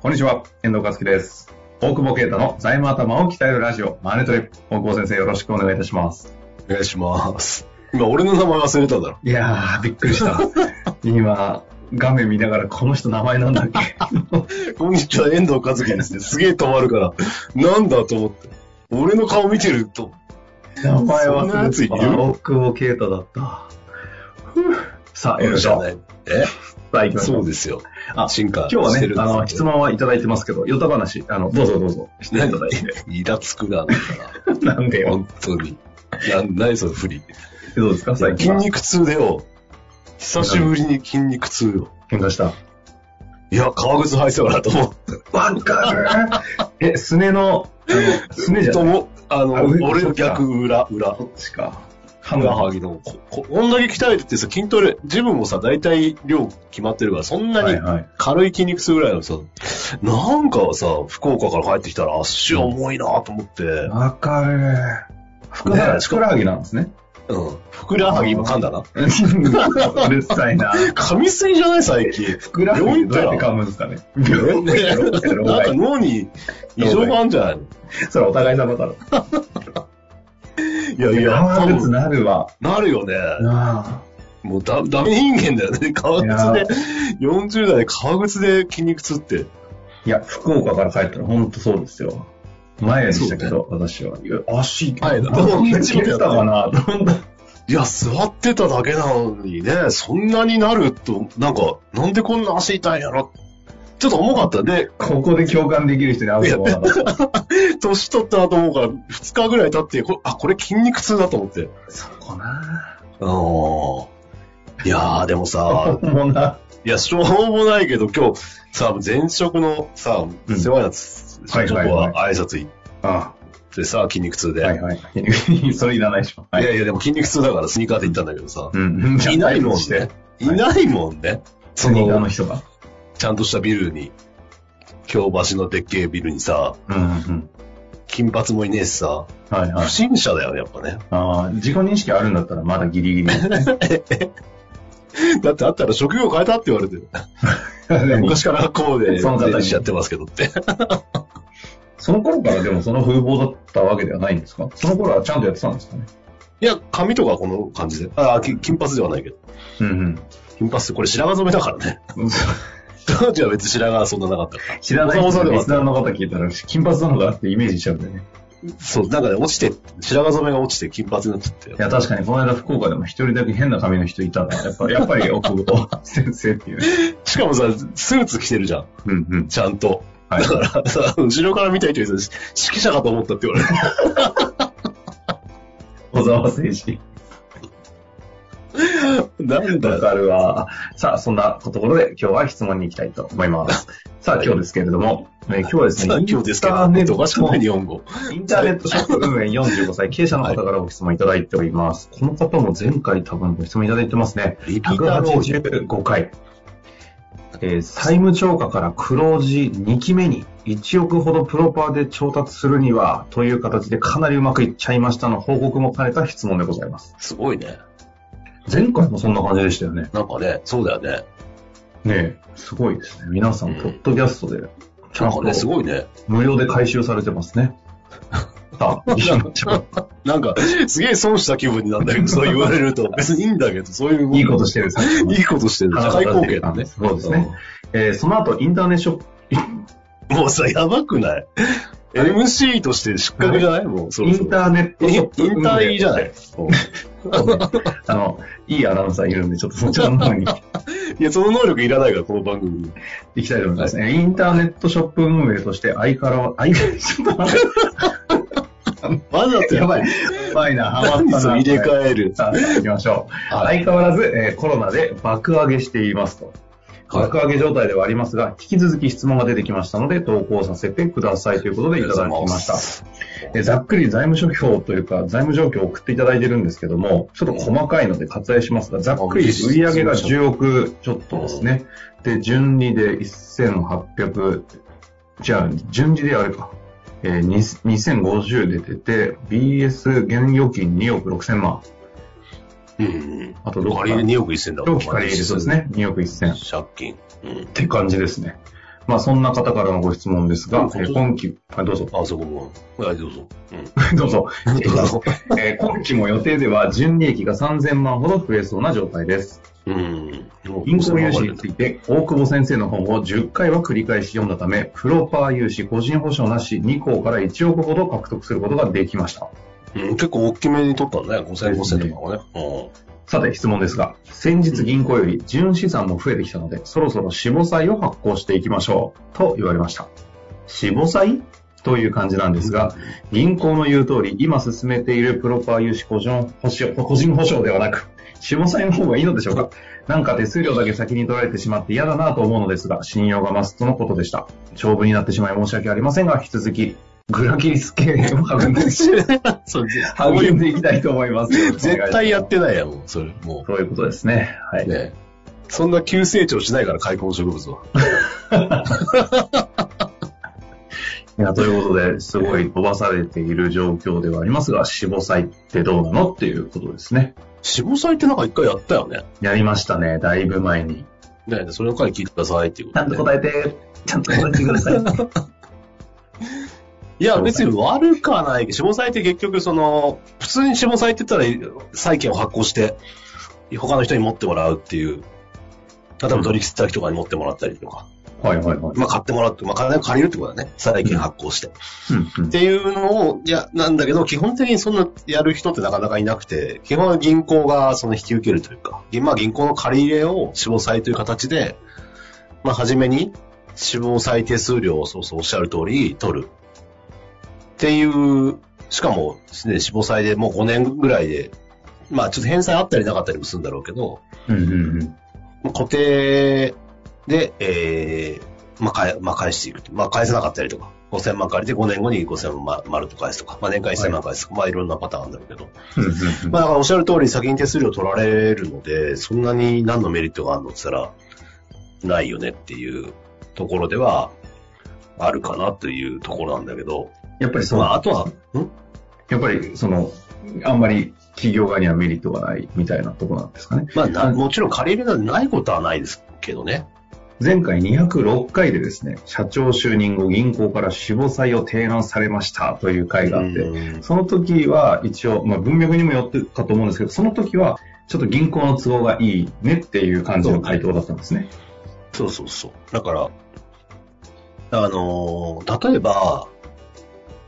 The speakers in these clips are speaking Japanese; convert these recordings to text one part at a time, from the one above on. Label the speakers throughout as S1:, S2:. S1: こんにちは、遠藤和樹です。大久保啓太の財務頭を鍛えるラジオ、マネトレ。大久保先生、よろしくお願いいたします。
S2: お願いします。今、俺の名前忘れただろ。
S1: いやー、びっくりした。 今、画面見ながら、この人 名前なんだっけ
S2: こんにちは、遠藤和樹ですね。すげえ止まるから、なんだと思って。俺の顔見てると、
S1: 名前
S2: そんな
S1: 忘
S2: やつ
S1: れ
S2: い
S1: た。
S2: る
S1: 大久保啓太だった。ふうさあ、よろし
S2: じ
S1: く
S2: ゃ。ない。え
S1: さあ、行きましょ
S2: そう
S1: う。
S2: ですよ。
S1: あ
S2: 進化
S1: 今日は
S2: して
S1: ね
S2: る、ん
S1: あ
S2: です
S1: の、質問はいただいてますけど、ヨタ話、あの、どうぞどうぞ、していただいて。
S2: イラつくな、だか
S1: なんで
S2: ら。
S1: よ。
S2: 本当に。なんないその振り。
S1: どうですか最
S2: 筋
S1: 近は。
S2: 肉痛だよ。久しぶりに筋肉痛よ。
S1: 喧嘩した。
S2: いや、革靴履いてたからと思って。
S1: わか るえ、すねの、あの、すねじゃ
S2: と
S1: ない
S2: も、あの、
S1: あ上
S2: 俺の逆裏、裏。
S1: どっちか。
S2: カムラハギの、こ、ここんだけ鍛えててさ、筋トレ、ジムもさ、大体量決まってるから、そんな
S1: はい
S2: に
S1: はい。
S2: 軽い筋肉痛ぐらいのさ、なんかさ、福岡から帰ってきたら足重いなと思って、うん。
S1: わかる。ふくら、
S2: ね
S1: ふくらはぎなんです ね。
S2: ふくらはぎ今噛んだな。
S1: うるさいな。
S2: 噛みすぎじゃない最近。
S1: ふくらはぎどうやって噛むんですかね。病
S2: ね
S1: 院病院
S2: なんか脳に異常があるんじゃないの
S1: それお互い様だろ。
S2: いやいや、多
S1: 革靴
S2: 分
S1: なるわ。
S2: なるよね。
S1: な
S2: もうダダメ人間だよね。革靴で、40代で革靴で筋肉痛って。
S1: いや、福岡から帰ったら本当そうですよ。前でしたけど、私は。いや足、
S2: 前だ
S1: どんな切れたかなと思った
S2: いや、座ってただけなのにね、そんなになると、なんか、なんでこんな足痛いんやろ。ちょっと重かったね。
S1: ここで共感できる人に会うと思わなかった。
S2: 年取ったなと思うから、2日ぐらい経って、こあ、これ筋肉痛だと思って。
S1: そこな
S2: あーいやー、でもさ、
S1: もうな。
S2: いや、しょうもないけど、今日、さ、前職のさ、
S1: うん
S2: 世話になつ、
S1: はい
S2: ちょ
S1: は
S2: っ
S1: い
S2: と
S1: はい
S2: は挨拶行っ
S1: あ
S2: てさ、筋肉痛で。
S1: はい
S2: い
S1: はい。 それいらないでしょ。はい。
S2: やいや、でも筋肉痛だからスニーカーで行ったんだけどさ、
S1: うん。
S2: いないもん
S1: して
S2: ね。。いないもんね。
S1: スニーカーの人が。
S2: ちゃんとしたビルに、京橋のでっけえビルにさ、
S1: うんうん。
S2: 金髪もいねえしさ、
S1: はいはい
S2: 不。審者だよね、やっぱね。
S1: ああ、自己認識あるんだったらまだギリギリ。
S2: だってあったら職業変えたって言われ てる。昔からこうで、
S1: その方に
S2: 税理士やってますけどって。
S1: その頃からでもその風貌だったわけではないんですかその頃はちゃんとやってたんですかね
S2: いや、髪とかこの感じで。ああ、き金髪ではないけど。
S1: うん
S2: 金髪ってこれ白髪染めだからね。
S1: うん。
S2: 当時は別に白髪はそんななかったか
S1: 知らない
S2: お
S1: 人
S2: さおさ
S1: で
S2: では
S1: リスナーの方聞いたら、金髪なのかなってイメージしちゃうんだよね。
S2: ら。そう、なんかね、落ちて、白髪染めが落ちて金髪になっちゃって
S1: い。や、確かにこの間福岡でも一人だけ変な髪の人いたな。やっぱやっぱり奥久保先生っていう。
S2: しかもさ、スーツ着てるじゃん。
S1: うんうん。
S2: ちゃんと。
S1: はい。
S2: だからさ、後ろから見た人にさ、指揮者かと思ったって言われて。
S1: 小沢誠治。
S2: なんだ
S1: わ
S2: よ。
S1: かるわ。さあ、そんなところで今日は質問に行きたいと思います。さあ、今日ですけれども、えー今日はですね、
S2: 今日ですけ
S1: イ
S2: ど、
S1: ンターネ
S2: ね、
S1: ット
S2: おかしくない日本語。
S1: インターネットショップ運営45歳、経営者の方からご質問いただいております。この方も前回多分ご質問いただいてますね。
S2: リピーターの多い
S1: 185回。えー債務超過から黒字2期目に1億ほどプロパーで調達するにはという形でかなりうまくいっちゃいましたの報告も兼ねた質問でございます。
S2: すごいね。
S1: 前回もそんな感じでしたよね。
S2: なんかね、そうだよね。
S1: ねえ、すごいですね。皆さん、ポッドキャストで、ちゃ
S2: なんんか
S1: と
S2: ね、すごいね。
S1: 無料で回収されてます ね。 さあ、
S2: なんか、すげえ損した気分になる んだけど、そう言われると。別にいいんだけど、そういう。
S1: いいことしてる。
S2: いいことしてる。社会貢献だね。
S1: そうですね。えーその後、インターネットショップ、
S2: うん。もうさ、やばくない ?MC として失格じゃないもう、そろ
S1: イ
S2: そ
S1: ン
S2: ろ。
S1: ターネットショップ。
S2: インターいいじゃない
S1: あの、いいアナウンサーいるんで、ちょっとそちらの方に行
S2: いや、その能力いらないから、この番組に。
S1: きたいと思いますね。インターネットショップ運営として相変わら、相変わら、ちょっと待って
S2: わざと
S1: やばい。やばいな、ハマったな。
S2: その入れ替える。
S1: さあ、行きましょう。
S2: は
S1: 相変わらず、えーコロナで爆上げしていますと。
S2: はい
S1: 爆上げ状態ではありますが、引き続き質問が出てきましたので、投稿させてくださいということでいただきました。えーざっくり財務諸表というか、財務状況を送っていただいてるんですけども、ちょっと細かいので割愛しますが、ざっくり売上が10億ちょっとですね。で、順利で1800、じゃあ、順次であれか。えー、に2050出てて、BS 現預金2億6千万。
S2: うん。
S1: あと
S2: あれ
S1: 6
S2: 2億1000だ
S1: 長期借り入れそうです。ね。2億1千。っ
S2: 借金。うん。
S1: て感じですね。まあ、そんな方からのご質問ですが、
S2: うん
S1: えー今期、あどうぞ、
S2: あそこも。はい、どうぞ。
S1: どうぞ。
S2: うん。どうぞ。
S1: えー今期も予定では、純利益が3000万ほど増えそうな状態です。
S2: うん。
S1: 銀行融資について、大久保先生の本を10回は繰り返し読んだため、プロパー融資個人保証なし2項から1億ほど獲得することができました。
S2: うん結構大きめに取ったね。5000、5000とかはね。 う
S1: さて質問ですが、先日銀行より純資産も増えてきたので、そろそろ死母債を発行していきましょう、と言われました。死母債という感じなんですが、銀行の言う通り、今進めているプロパー融資個人保証個人保証ではなく、死母債の方がいいのでしょうかなんか手数料だけ先に取られてしまって嫌だなと思うのですが、信用が増すとのことでした。長文になってしまい申し訳ありませんが、引き続き、グラキリス系を励ん で
S2: ん。そうです
S1: 励んでいきたいと思います。
S2: 絶対やってないやん、もうそれ。も
S1: そういうことですね。は
S2: う。
S1: い。
S2: ねそんな急成長しないから、開墾植物は。
S1: いやということで、すごい飛ばされている状況ではありますが、死亡祭ってどうなのっていうことですね。
S2: 死亡祭ってなんか一回やったよね。
S1: やりましたね、だいぶ前に。
S2: ねそれの回聞いてくださいっていうこ
S1: ちゃ
S2: と
S1: ん
S2: で。
S1: と答えて、ちゃんと答えてくだ さい。
S2: いや、別に悪くはない。死亡債って結局、その、普通に死亡債って言ったら、債権を発行して、他の人に持ってもらうっていう。例えば取引先とかに持ってもらったりとか。
S1: はいはいはい。
S2: まあ、買ってもらうって、まあ、金を借りるってことだね。債権発行して。っ
S1: うんうん
S2: ていうのを、いや、なんだけど、基本的にそんなやる人ってなかなかいなくて、基本は銀行がその引き受けるというか、まあ、銀行の借り入れを死亡債という形で、まあ、初めに死亡債手数料をそうそうおっしゃる通り取る。っていう、しかも、すでに死亡債でもう5年ぐらいで、まあ、ちょっと返済あったりなかったりもするんだろうけど、
S1: うんうんうん
S2: 固定で、えーまあ、返まあ、返していくと。まあ、返せなかったりとか、5000万借りて5年後に5000万ま丸と返すとか、まあ、年間1000万返すとか、まあ、いろんなパターンあるんだろうけど。
S1: うんうんうん
S2: まあ、だからおっしゃる通り先に手数料取られるので、そんなに何のメリットがあるのって言ったら、ないよねっていうところでは、あるかなというところなんだけど、
S1: やっぱりそ
S2: まあ、
S1: の、
S2: あとは、ん
S1: やっぱりその、あんまり企業側にはメリットがないみたいなところなんですかね。
S2: まあ、なもちろん借り入れなんてないことはないですけどね。
S1: 前回206回でですね、社長就任後銀行から死亡債を提案されましたという回があって、
S2: うん
S1: その時は一応、まあ、文脈にもよってかと思うんですけど、その時はちょっと銀行の都合がいいねっていう感じの回答だったんですね。
S2: そうそうそう。だから、あのー例えば、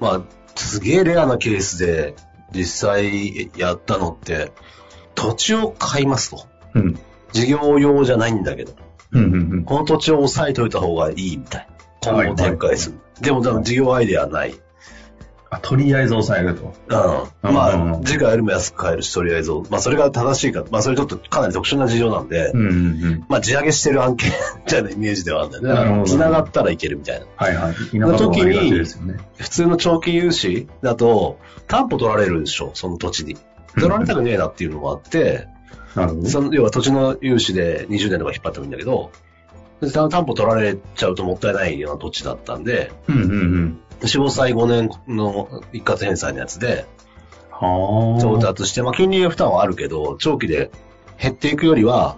S2: まあ、すげえレアなケースで実際やったのって、土地を買いますと。
S1: うん。
S2: 事業用じゃないんだけど、
S1: うんうん
S2: この土地を押さえといた方がいいみたい。今
S1: はい
S2: 後展開する。でも、でも事業アイデアない。うん。
S1: あとりあえず抑えると。
S2: ま
S1: うんうんう
S2: あ
S1: ん、
S2: 次回よりも安く買えるし、とりあえず、まあ、それが正しいか、まあ、それちょっとかなり特殊な事情なんで、
S1: うんうんうん。
S2: まあ、地上げしてる案件 じゃないイメージではあるんだよね。
S1: なる
S2: だ
S1: ほ
S2: か
S1: ど
S2: ら繋がったらいけるみたいな。
S1: はいはい。田舎とかありがちですよね。
S2: 普通の長期融資だと、担保取られるでしょ、その土地に。取られたくねえなっていうのもあって、
S1: なるほど。
S2: その要は土地の融資で20年とか引っ張ってもいいんだけど、で担保取られちゃうともったいないような土地だったんで、
S1: うんうんうん。
S2: 死亡債5年の一括返済のやつで、
S1: はあ。
S2: 調達して、まあ、金利負担はあるけど、長期で減っていくよりは、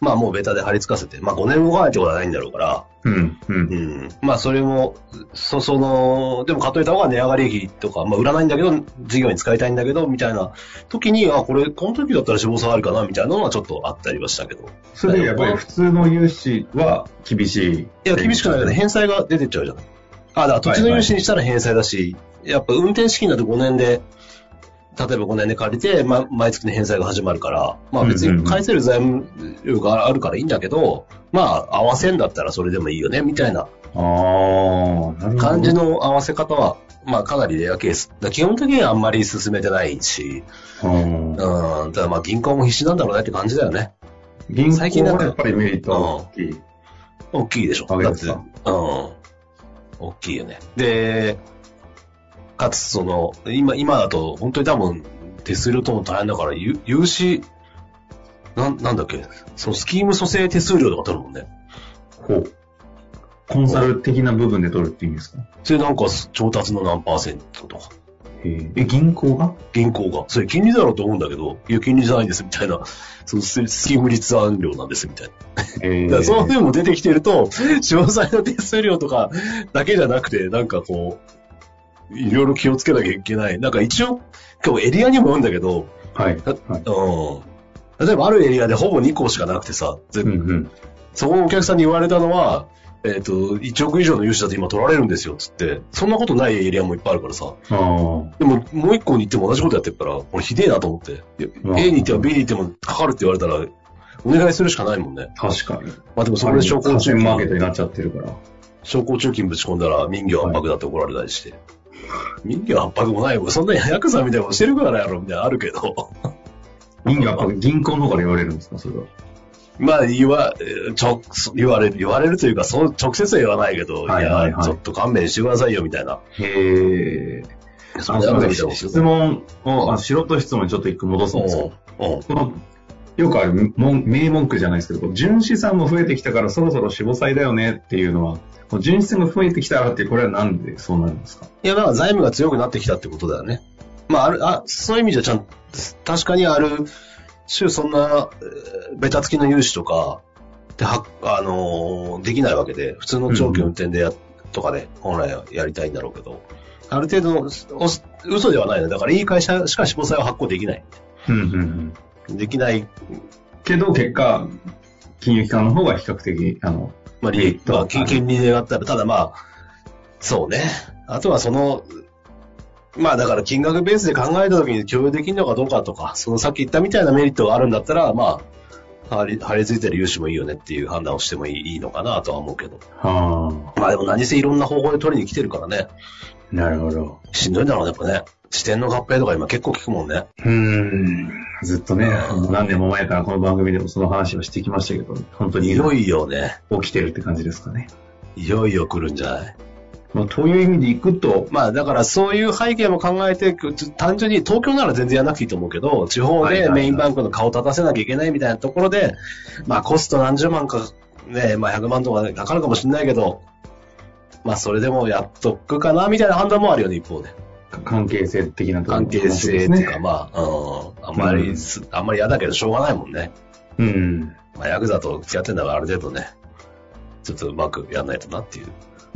S2: まあもうベタで張り付かせて、まあ5年動かないってことはないんだろうから、
S1: うんう。
S2: うんん。まあ、それも、そ、その、でも買っといた方が値上がり益とか、まあ、売らないんだけど、事業に使いたいんだけど、みたいな時に、あ、これ、この時だったら死亡差あるかな、みたいなのはちょっとあったりはしたけど。
S1: それでやっぱり普通の融資は厳しい。い
S2: いや、厳しくないけど、
S1: ね。
S2: 返済が出てっちゃうじゃない。あ、だから土地の融資にしたら返済だし、やっぱ運転資金だと5年で、例えば5年で借りて、ま、毎月の返済が始まるから、まあ別に返せる財務があるからいいんだけど、まあ合わせんだったらそれでもいいよね、みたいな
S1: あー、なるほど。
S2: 感じの合わせ方は、まあかなりレアケース。だから基本的にはあんまり進めてないし、
S1: うん。
S2: うん、ただまあ銀行も必死なんだろうなって感じだよね。
S1: 銀
S2: 最近
S1: 行
S2: なん
S1: は
S2: か
S1: やっぱりメリットが大きい。
S2: 大きいでしょ。
S1: あげ
S2: だ
S1: る
S2: って、うん。大きいよね。で、かつその、今、今だと、本当に多分、手数料とも大変だから、ゆ融資、なん、なんだっけ、そのスキーム蘇生手数料とか取るもんね。
S1: こう。コンサル的な部分で取るっていうんですか
S2: それなんか、調達の何パーセントとか、
S1: へーえ、銀行が
S2: 銀行が、それ金利だろうと思うんだけど、いや、金利じゃないです、みたいな、そのススキーム立案料なんです、みたいな。
S1: え
S2: だからそういうのも出てきてると、詳細の手数料とかだけじゃなくて、なんかこう、いろいろ気をつけなきゃいけない。なんか一応、今日エリアにもよるんだけど、
S1: はい。
S2: だ
S1: はい。
S2: うん。例えばあるエリアでほぼ2校しかなくてさ、ぜ
S1: うんうん。
S2: そこのお客さんに言われたのは、えっ、と、1億以上の融資だと今取られるんですよ、つって。そんなことないエリアもいっぱいあるからさ。
S1: あー
S2: でも、もう1校に行っても同じことやってるから、俺ひでえなと思って。いや
S1: うん
S2: A に行っても B に行ってもかかるって言われたら、お願いするしかないもんね。
S1: 確かに。
S2: まあでもそこで商工
S1: 完
S2: 中
S1: 全
S2: 金
S1: マーケットになっちゃってるから。
S2: 商工中金ぶち込んだら民業圧迫だって怒られたりして。民業圧迫もないよ。そんなヤクザみたいなことしてるからやろみたいなのあるけど。
S1: 銀行やっぱ銀行の方から言われるんですかそれは。
S2: まあ、言わ、ちょ、言われる、言われるというか、その直接は言わないけど、
S1: はいはいはい
S2: や、ちょっと勘弁してくださいよ、みたいな。
S1: へえ。
S2: そ
S1: あ
S2: ん
S1: す
S2: ないヤ
S1: ま
S2: ク
S1: せ
S2: ザ
S1: ん
S2: みたいなことして
S1: 質
S2: る。
S1: 問を、あ、素人質問にちょっと一個戻すんですけど。
S2: うんうん。
S1: このよくあるもん名文句じゃないですけど、こう純資産も増えてきたからそろそろ死亡債だよねっていうのは、こう純資産が増えてきたらって、これはなんでそうなるんですか
S2: いや、だから財務が強くなってきたってことだよね。まあ、ある、あ、そういう意味じゃちゃん、確かにある、週そんな、えーベタ付きの融資とか、で、は、あのーできないわけで、普通の長期運転でや、とかね、本来はやりたいんだろうけど、ある程度の、お嘘ではないね。だからいい会社しか死亡債を発行できない。
S1: うんうんうん。
S2: できない、
S1: けど、結果、金融機関の方が比較的、あの、
S2: まあ、利益、
S1: えっと
S2: まあ、金金利で上がったら、ただまあ、そうね。あとはその、まあだから金額ベースで考えたときに共有できるのかどうかとか、そのさっき言ったみたいなメリットがあるんだったら、まあ、張り、張り付いてる融資もいいよねっていう判断をしてもいいいいのかなとは思うけど。
S1: あ
S2: まあでも何せいろんな方法で取りに来てるから
S1: あ、
S2: ね。
S1: なるほど。
S2: しんどいんだろうね、やっぱね。支店の合併とか今結構聞くもんね。
S1: うーん、ずっとね、何年も前からこの番組でもその話をしてきましたけど、本当に
S2: い
S1: 今
S2: よ
S1: 起
S2: いよね。
S1: きてるって感じですかね。
S2: いよいよ来るんじゃない
S1: まあ、という意味でいくと、
S2: まあだからそういう背景も考えて、ちょ単純に東京なら全然やらなくていいと思うけど、地方
S1: はいはい
S2: で
S1: はい
S2: メインバンクの顔立たせなきゃいけないみたいなところで、まあコスト何十万か、ね、まあ100万とかかかるかもしれないけど、まあそれでもやっとくかなみたいな判断もあるよね、一方で。
S1: 関係性的なところ
S2: 関
S1: の話
S2: 係性っていうか
S1: ね。
S2: まあ、うん、あんまりす、あんまり嫌だけどしょうがないもんね。
S1: うん、
S2: まあヤクザと付き合ってんだからある程度ね、ちょっとうまくやんないとなっていう。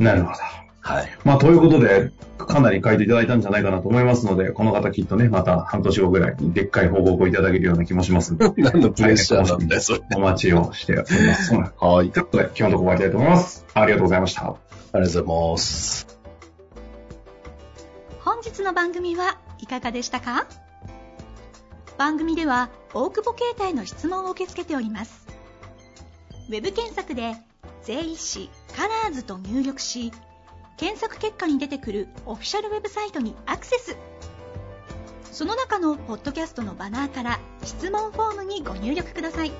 S1: なるほど。
S2: はい。、
S1: まあ、ということで、かなり書いていただいたんじゃないかなと思いますので、この方きっとね、また半年後ぐらいにでっかい報告をいただけるような気もしますので
S2: 何のプレッシャーなんだよ、それ。
S1: お待ちをしております。という
S2: はい。
S1: ことで、今日のところ終わりたいと思います。ありがとうございました。
S2: ありがとうございます。
S3: 本日の番組はいかがでしたか番組では大久保携帯の質問を受け付けておりますウェブ検索で「税理士カラーズと入力し検索結果に出てくるオフィシャルウェブサイトにアクセスその中のポッドキャストのバナーから質問フォームにご入力ください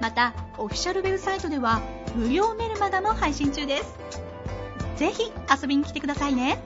S3: またオフィシャルウェブサイトでは無料メルマガも配信中ですぜひ遊びに来てくださいね